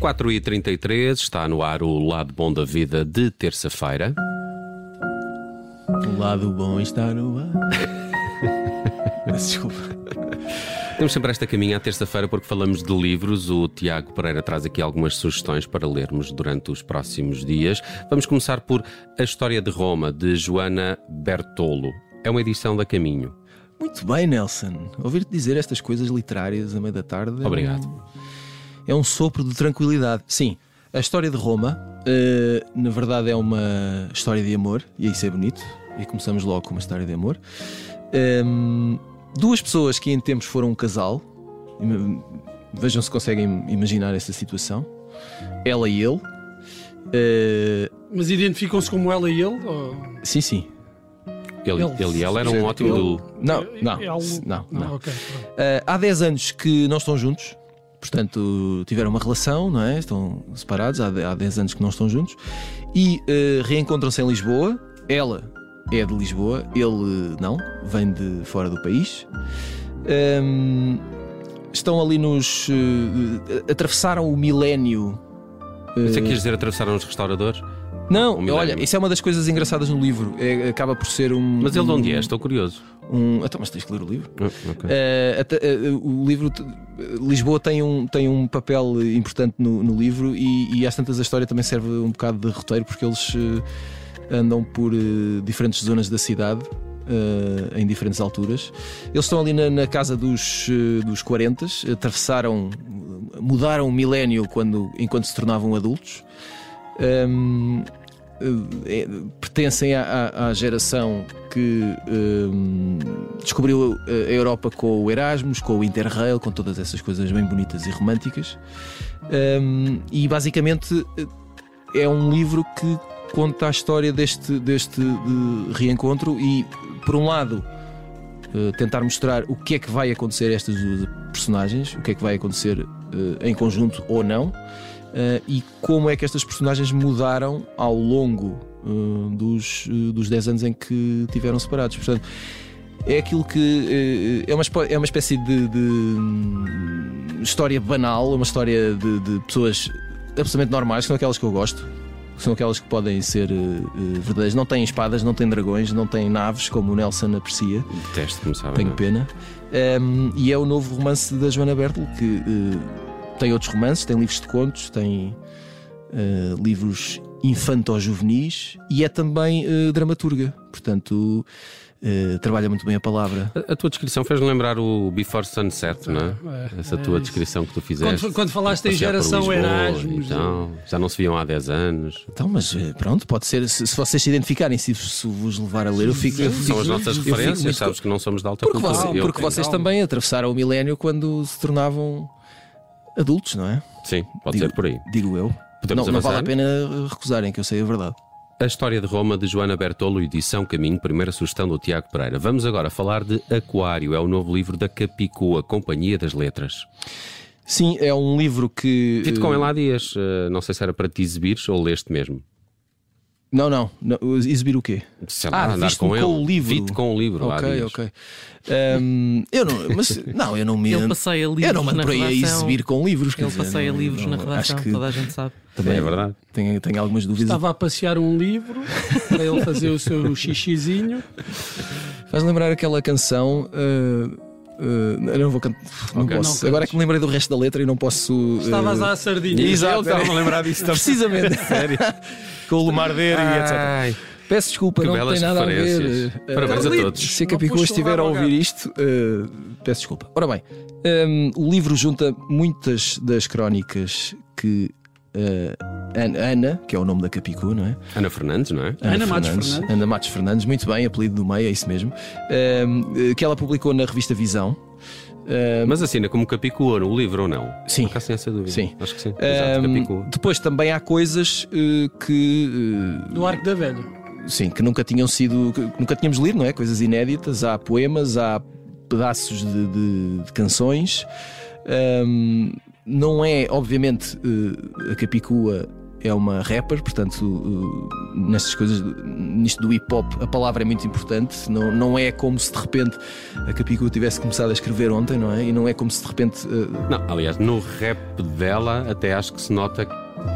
4 e 33 está no ar o Lado Bom da Vida de terça-feira. O lado bom está no ar. Desculpa. Temos sempre esta caminha à terça-feira porque falamos de livros. O Tiago Pereira traz aqui algumas sugestões para lermos durante os próximos dias. Vamos começar por A História de Roma, de Joana Bertolo. É uma edição da Caminho. Muito bem, Nelson. Ouvir-te dizer estas coisas literárias a meio da tarde. é um- Obrigado. É um sopro de tranquilidade. Sim, a história de Roma, eh, na verdade, é uma história de amor, e isso é bonito. E começamos logo com uma história de amor. Ehm, duas pessoas que em tempos foram um casal. Ima- Vejam se conseguem imaginar essa situação. Ela e ele. Eh, Mas identificam-se como ela e ele? Ou... sim, sim. Ele, Ele- ele e ela eram um Ele- ótimo duo. Não, É- não, é algo- não, não, não. ok, pronto. Ah, há 10 anos que não estão juntos, portanto, tiveram uma relação, não é? Estão separados, há de- há 10 anos que não estão juntos e ah, reencontram-se em Lisboa. Ela é de Lisboa, ele não, vem de fora do país. Ahm, estão ali nos. eh, atravessaram o milénio. Mas é que quis dizer atravessaram os restauradores? Não, o milénio. olha, isso é uma das coisas engraçadas no livro. É- acaba por ser um. Mas ele de onde é? um- Estou curioso. Um, então, mas tens que ler o livro. Ah, ok. Eh, até- eh, o livro te- Lisboa tem um, tem um papel eh, importante no, no livro e, e às tantas a história também serve um bocado de roteiro porque eles eh, andam por eh, diferentes zonas da cidade. eh, em diferentes alturas, eles estão ali na, na casa dos, eh, dos 40, atravessaram, mudaram o milénio quando, enquanto se tornavam adultos, Hum, eh, eh, pertencem à, à- à geração que hum, descobriu a- a Europa com o Erasmus, com o Interrail, com todas essas coisas bem bonitas e românticas. Hum, e basicamente eh, é um livro que conta a história deste, deste de reencontro e, por um lado, eh, tentar mostrar o que é que vai acontecer a estas duas personagens, o que é que vai acontecer eh, em conjunto ou não, eh, e como é que estas personagens mudaram ao longo eh, dos, eh, dos 10 anos em que tiveram separados. Portanto, é aquilo que. eh, é, uma, espé- é uma espécie de, de, hum, história banal, é uma história de, de pessoas absolutamente normais, que são aquelas que eu gosto. que São aquelas que podem ser eh, eh, verdadeiras. Não têm espadas, não têm dragões, não têm naves, como o Nelson aprecia. Detesto, como sabem. Tenho não é? pena. Um, e é o novo romance da Joana Bertel, que eh, tem outros romances, tem livros de contos, tem eh, livros infanto-juvenis e é também eh, dramaturga. Portanto, eh, trabalha muito bem a palavra. A- A tua descrição fez-me lembrar o Before Sunset, não é? É, Essa é tua isso. descrição que tu é fizeste. Quando, quando falaste em Passear por geração Lisboa Erasmus. eh? e tal. já não se viam há 10 anos. Então, mas eh, pronto, pode ser. Se, se vocês se identificarem, se, se vos levar a ler, eu fico. eu São fico- as nossas eu fico referências, muito sabes que não somos de alta Porque, cultura. vocês- Eu porque tenho. vocês também atravessaram o milénio quando se tornavam adultos, não é? Sim, pode Digo- ser por aí. Digo eu. Podemos não, não vale avançar? a pena recusarem, que eu sei a verdade. A História de Roma, de Joana Bertolo, edição Caminho, primeira sugestão do Tiago Pereira. Vamos agora falar de Aquário, é o novo livro da Capicua, Companhia das Letras. Sim, é um livro que. Vite com eh, ele há dias, eh, não sei se era para te exibires ou leste mesmo. Não, não. não, Exibir o quê? Sei lá, Ah, andar viste-me com ele. com o livro. Vite com o livro há ok, dias. ok. Ahm, eu não. Mas, não, eu não me. Ele passeia livros eu não me na andei a redação. exibir com livros. quer Ele dizer, passeia não- livros não- na redação, Acho que toda a gente sabe. também É verdade. Tenho, tenho algumas dúvidas. Estava a passear um livro para ele fazer o seu xixizinho. Faz lembrar aquela canção. ah, ah, eu não vou cantar. Não Ok. posso. Não Agora é cantes. que me lembrei do resto da letra e não posso. ah, Estavas à sardinha. Exato, Eu estava era- a lembrar disso também. Precisamente. Ah, com o Lumardeiro e etc. Ai, Peço desculpa, Que não belas tem nada a ver. referências. Parabéns a eh, todos. Se a Capicua Não estiver a puxo o ouvir isto, eh, peço desculpa. Ora bem, ehm, o livro junta muitas das crónicas que eh, An- Ana, que é o nome da Capicua, não é? Ana Fernandes, não é? Ana Matos Fernandes. Ana Matos Fernandes, muito bem, apelido do meio, é isso mesmo. Ehm, eh, que ela publicou na revista Visão. Ehm, Mas assina como Capicua no livro ou não? Sim. Por acaso tenho essa dúvida. Sim. Acho que sim. Exato, ehm, Capicua. depois também há coisas eh, que eh, Do Arco da Velha. Sim, que nunca tinham sido, que nunca tínhamos lido, não é? Coisas inéditas, há poemas, há pedaços de, de- Hum, de canções. Ahm, não é, obviamente, eh, a Capicua é uma rapper, portanto, uh, nestas coisas, nisto do hip hop, a palavra é muito importante. Não, não é como se de repente a Capicu tivesse começado a escrever ontem, não é? E não é como se de repente. uh, Não, aliás, no rap dela até acho que se nota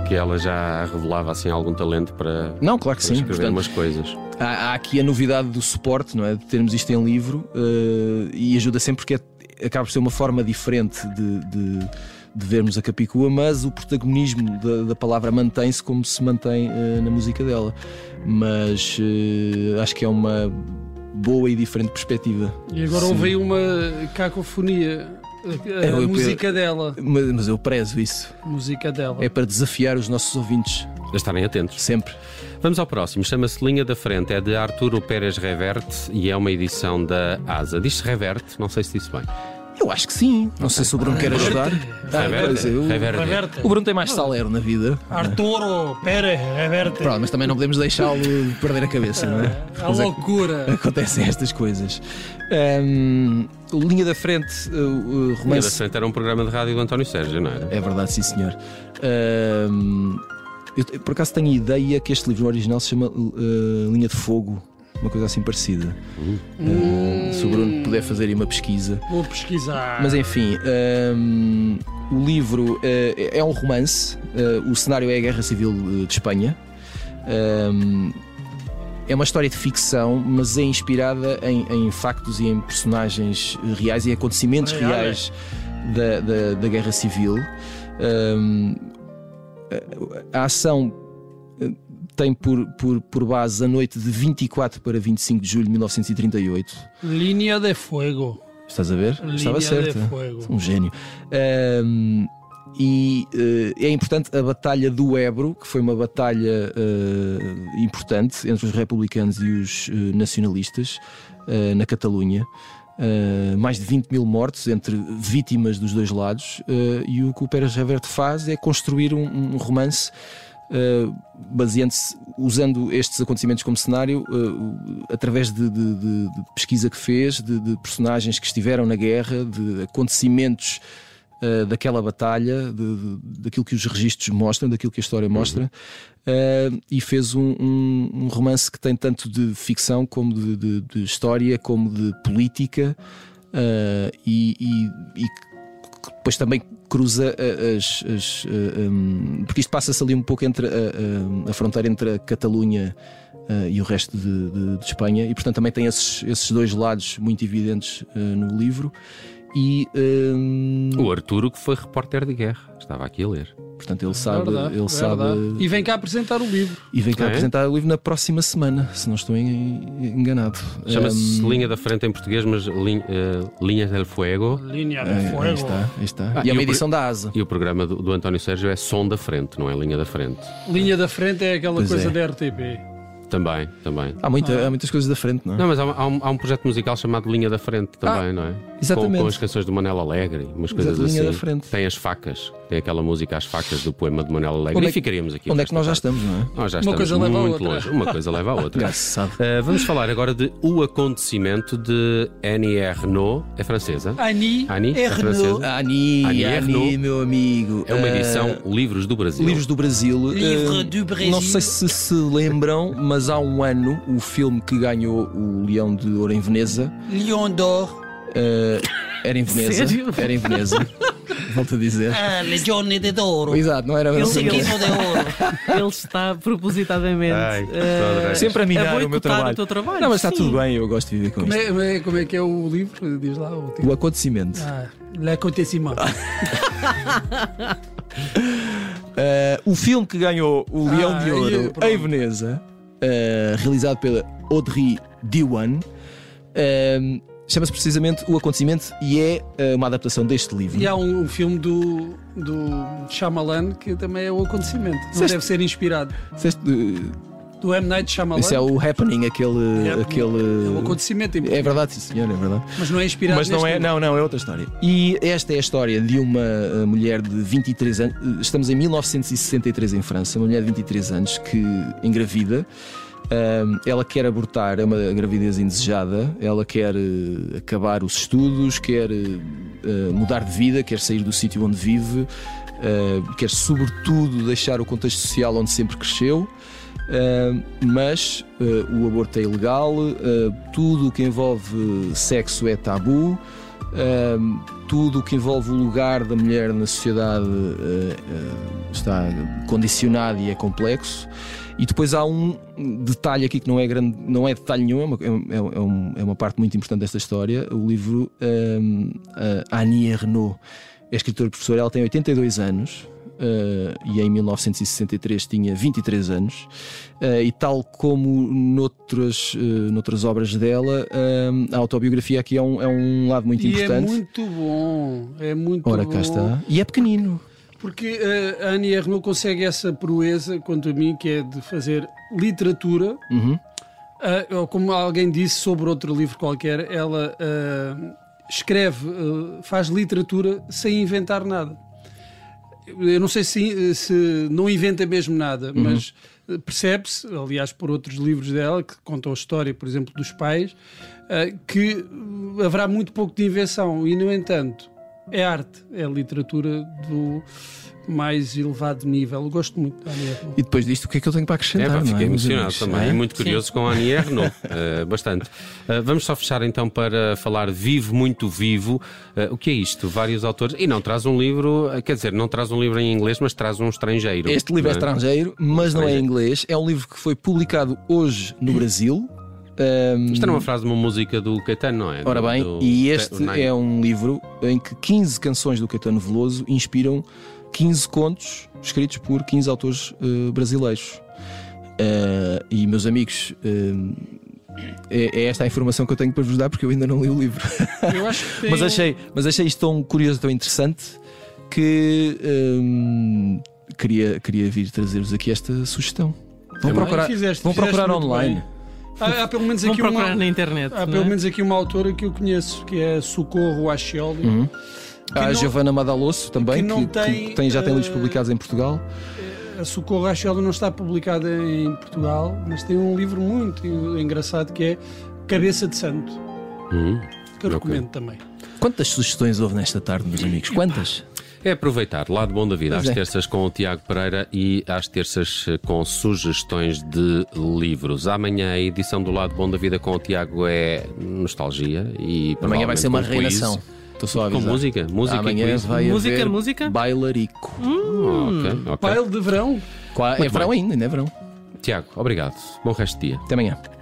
que ela já revelava assim algum talento para, não, claro que para sim. escrever Portanto, umas coisas. há, há aqui a novidade do suporte, não é? De termos isto em livro eh, e ajuda sempre porque é- acaba por ser uma forma diferente de, de- de vermos a Capicua, mas o protagonismo da, da palavra mantém-se como se mantém eh, na música dela. Mas eh, acho que é uma boa e diferente perspectiva. E agora Sim. ouvi uma cacofonia. A, a É, eu- música dela. Mas, mas eu prezo isso. A música dela. É para desafiar os nossos ouvintes, A estarem atentos. sempre. Vamos ao próximo. Chama-se Linha da Frente. É de Arturo Pérez Reverte e é uma edição da ASA. Diz-se Reverte, não sei se disse bem. Eu acho que sim. Não sei se o Bruno quer ajudar. Ah, pois, Reverte. eu- um Reverte. Reverte. O Bruno tem mais salero na vida. Arturo Pérez Oh, Reverte. Pronto, mas também não podemos deixá-lo perder a cabeça, não é? A loucura. Acontecem estas coisas. Ahm, o Linha da Frente, o, o Linha da romance. Frente era um programa de rádio do António Sérgio, não era? É verdade, sim, senhor. Ahm, eu te- por acaso tenho a ideia que este livro original se chama uh, Linha de Fogo, uma coisa assim parecida. Ah, se o Bruno puder fazer aí uma pesquisa. Vou pesquisar. Mas é- enfim, hum, o livro eh, é um romance, eh, o cenário é a Guerra Civil eh, de Espanha. Hum, é uma história de ficção, mas é inspirada em, em factos e em personagens eh, reais e acontecimentos Real, é? reais da, da, da Guerra Civil. Hum, a a ação eh, tem por, por, por base a noite de 24 para 25 de julho de 1938. Linha de Fuego. Estás a ver? Linha Estava certo. de Fuego. Um gênio. Ahm, e eh, é importante a Batalha do Ebro, que foi uma batalha eh, importante entre os republicanos e os eh, nacionalistas eh, na Catalunha. Eh, mais de 20 mil mortes entre vítimas dos dois lados, Eh, e o que o Pérez Reverte faz é construir um, um romance. eh, baseando-se, usando estes acontecimentos como cenário, eh, o- através de, de- de- de pesquisa que fez, de, de personagens que estiveram na guerra, de acontecimentos eh, daquela batalha, de- de- daquilo que os registros mostram, daquilo que a história mostra, eh, e fez um, um- um romance que tem tanto de ficção como de, de- de história, como de política, eh, e, e- e que depois também cruza eh, as. as, eh, em- porque isto passa-se ali um pouco entre a, a- a fronteira entre a Catalunha. eh, e o resto de, de- de Espanha, e portanto também tem esses, esses dois lados muito evidentes eh, no livro. E hum, O Arturo, que foi repórter de guerra. Estava aqui a ler. Portanto, ele sabe, É Verdade, ele verdade. sabe E vem cá apresentar o livro. e vem cá É? apresentar o livro na próxima semana, se não estou en- enganado. Chama-se Um, Linha da Frente em português, mas lin, eh, Linhas del Fuego. Linha é, de Fuego. Aí está, aí está. Ah, e e é uma o pre- edição da ASA. E o programa do, do António Sérgio é Som da Frente, não é Linha da Frente. Linha da frente é aquela Pois coisa é. da RTP. Também, também. Há, muita- há muitas coisas da frente, não é? Não, mas há, há um, há um projeto musical chamado Linha da Frente também, não é? Ah, exatamente. Com, com as canções do Manel Alegre, umas coisas Exato, Linha assim. da Frente. Tem as facas, tem aquela música As Facas do poema de Manel Alegre. Onde é e que- ficaríamos aqui. Onde é esta que nós já tarde. estamos, não é? Nós já Uma estamos coisa leva a muito outra. longe. Uma coisa leva a outra. Engraçado. Ah, vamos falar agora de O Acontecimento de Annie Renault. É francesa? Ani, Annie? É francesa? Ani, Ani Ani, Erno. meu amigo. É uma Ah, edição Livros do Brasil. Livros do Brasil. Livre Ah, do Brasil. Não sei se se lembram, mas há um ano o filme que ganhou o Leão de Ouro em Veneza Leon d'Or. ah, era em Veneza. Sério? Era em Veneza. Volto a dizer. Ah, Legione de Douro. Exato, não era Eu não sei sei que quem. isso de ouro. Ele está propositadamente Ai, que eh, Sempre É a É minar o meu boicotar trabalho. o teu trabalho. Não, mas está sim. tudo bem, eu gosto de viver com Como isto. é, é- como é que é o livro? Diz lá o O título. acontecimento. Ah, L'Acontecimento. Ah, o filme que ganhou o Leão Ah, de eu- Ouro pronto. em Veneza, ah, realizado pela Audrey Diwan, ah, chama-se precisamente O Acontecimento e é ah, uma adaptação deste livro. E há um filme do, do Shyamalan que também é o acontecimento. Não Disseste- deve ser inspirado. Disseste, ah, Do M. Night Shyamalan. Isso é o Happening, aquele. Happening. aquele... É o acontecimento, em É português, verdade, sim, senhor, é verdade. mas não é inspirado Mas não neste é, livro. não, não, é outra história. E esta é a história de uma eh, mulher de 23 anos. eh, Estamos em 1963 em França, uma mulher de 23 anos que engravida. Ahm, ela quer abortar, é uma gravidez indesejada, ela quer eh, acabar os estudos, quer eh, eh, mudar de vida, quer sair do sítio onde vive. uh, quer sobretudo deixar o contexto social onde sempre cresceu. Uh, mas uh, o aborto é ilegal, uh, tudo o que envolve sexo é tabu, uh, tudo o que envolve o lugar da mulher na sociedade uh, uh, está condicionado e é complexo. E depois há um detalhe aqui que não é grande, não é detalhe nenhum, é uma, é, é um- é uma parte muito importante desta história. O livro um, a Annie Ernaux é escritora e professora, ela tem 82 anos. eh, e em 1963 tinha 23 anos, Eh, e tal como noutras, eh, noutras obras dela, eh, a autobiografia aqui é um, é um lado muito e importante. é muito bom. É muito Ora, bom. cá está. E é pequenino. Porque eh, a Annie Ernaux consegue essa proeza, quanto a mim, que é de fazer literatura. Uhum. Ah, ou como alguém disse sobre outro livro qualquer, ela ah, escreve, ah, faz literatura sem inventar nada. Eu não sei se, se não inventa mesmo nada, mas eh, percebe-se, aliás, por outros livros dela, que contam a história, por exemplo, dos pais, ah, que hum, haverá muito pouco de invenção. E, no entanto, é arte, é literatura do mais elevado nível. Eu gosto muito da Annie Ernaux. E depois disto, o que é que eu tenho para É, acrescentar? pá, não fiquei meus emocionado amigos? também. É? E muito curioso com a Annie Ernaux. eh, bastante. Eh, vamos só fechar então para falar vivo, muito vivo. Eh, o que é isto? Vários autores. E não traz um livro, eh, quer dizer, não traz um livro em inglês, mas traz um estrangeiro. Este livro é não estrangeiro, mas não é em Estrangeiro. inglês. É um livro que foi publicado hoje no Brasil. Um, Isto era uma frase de uma música do Caetano, não é? Ora Do- bem, do- e o este Nine. é um livro em que 15 canções do Caetano Veloso inspiram 15 contos escritos por 15 autores eh, brasileiros. Eh, e, meus amigos, eh, é, é esta a informação que eu tenho para vos dar porque eu ainda não li o livro. Eu acho que tem mas, um- achei, mas achei isto tão curioso, tão interessante que hum, queria, queria vir trazer-vos aqui esta sugestão. Vão É procurar, Fizeste- vão fizeste procurar muito online. bem. Há, há pelo menos Vão aqui procurar uma, na internet. há não é? Ah, Né? pelo menos aqui uma autora que eu conheço, que é Socorro Ascioli. Uhum. Há a não- Giovanna Madalosso também, que que, não que tem, tem- já tem livros eh, publicados em Portugal. A Socorro Ascioli não está publicada em Portugal, mas tem um livro muito engraçado que é Cabeça de Santo, Hum. que Ok. eu recomendo também. Quantas sugestões houve nesta tarde, meus amigos? Quantas? É aproveitar, lado bom da vida, Pois às é. terças com o Tiago Pereira e às terças eh, com sugestões de livros. Amanhã a edição do Lado Bom da Vida com o Tiago é nostalgia e Amanhã vai ser uma provavelmente com um reinação. Estou só a quiz. Com avisar. música, música e Amanhã quiz. vai Música, haver música? bailarico. Ah, ok, ok. Baile de Verão, Qua- É Muito verão bem. ainda, não é verão? Tiago, obrigado. Bom resto de dia. Até amanhã.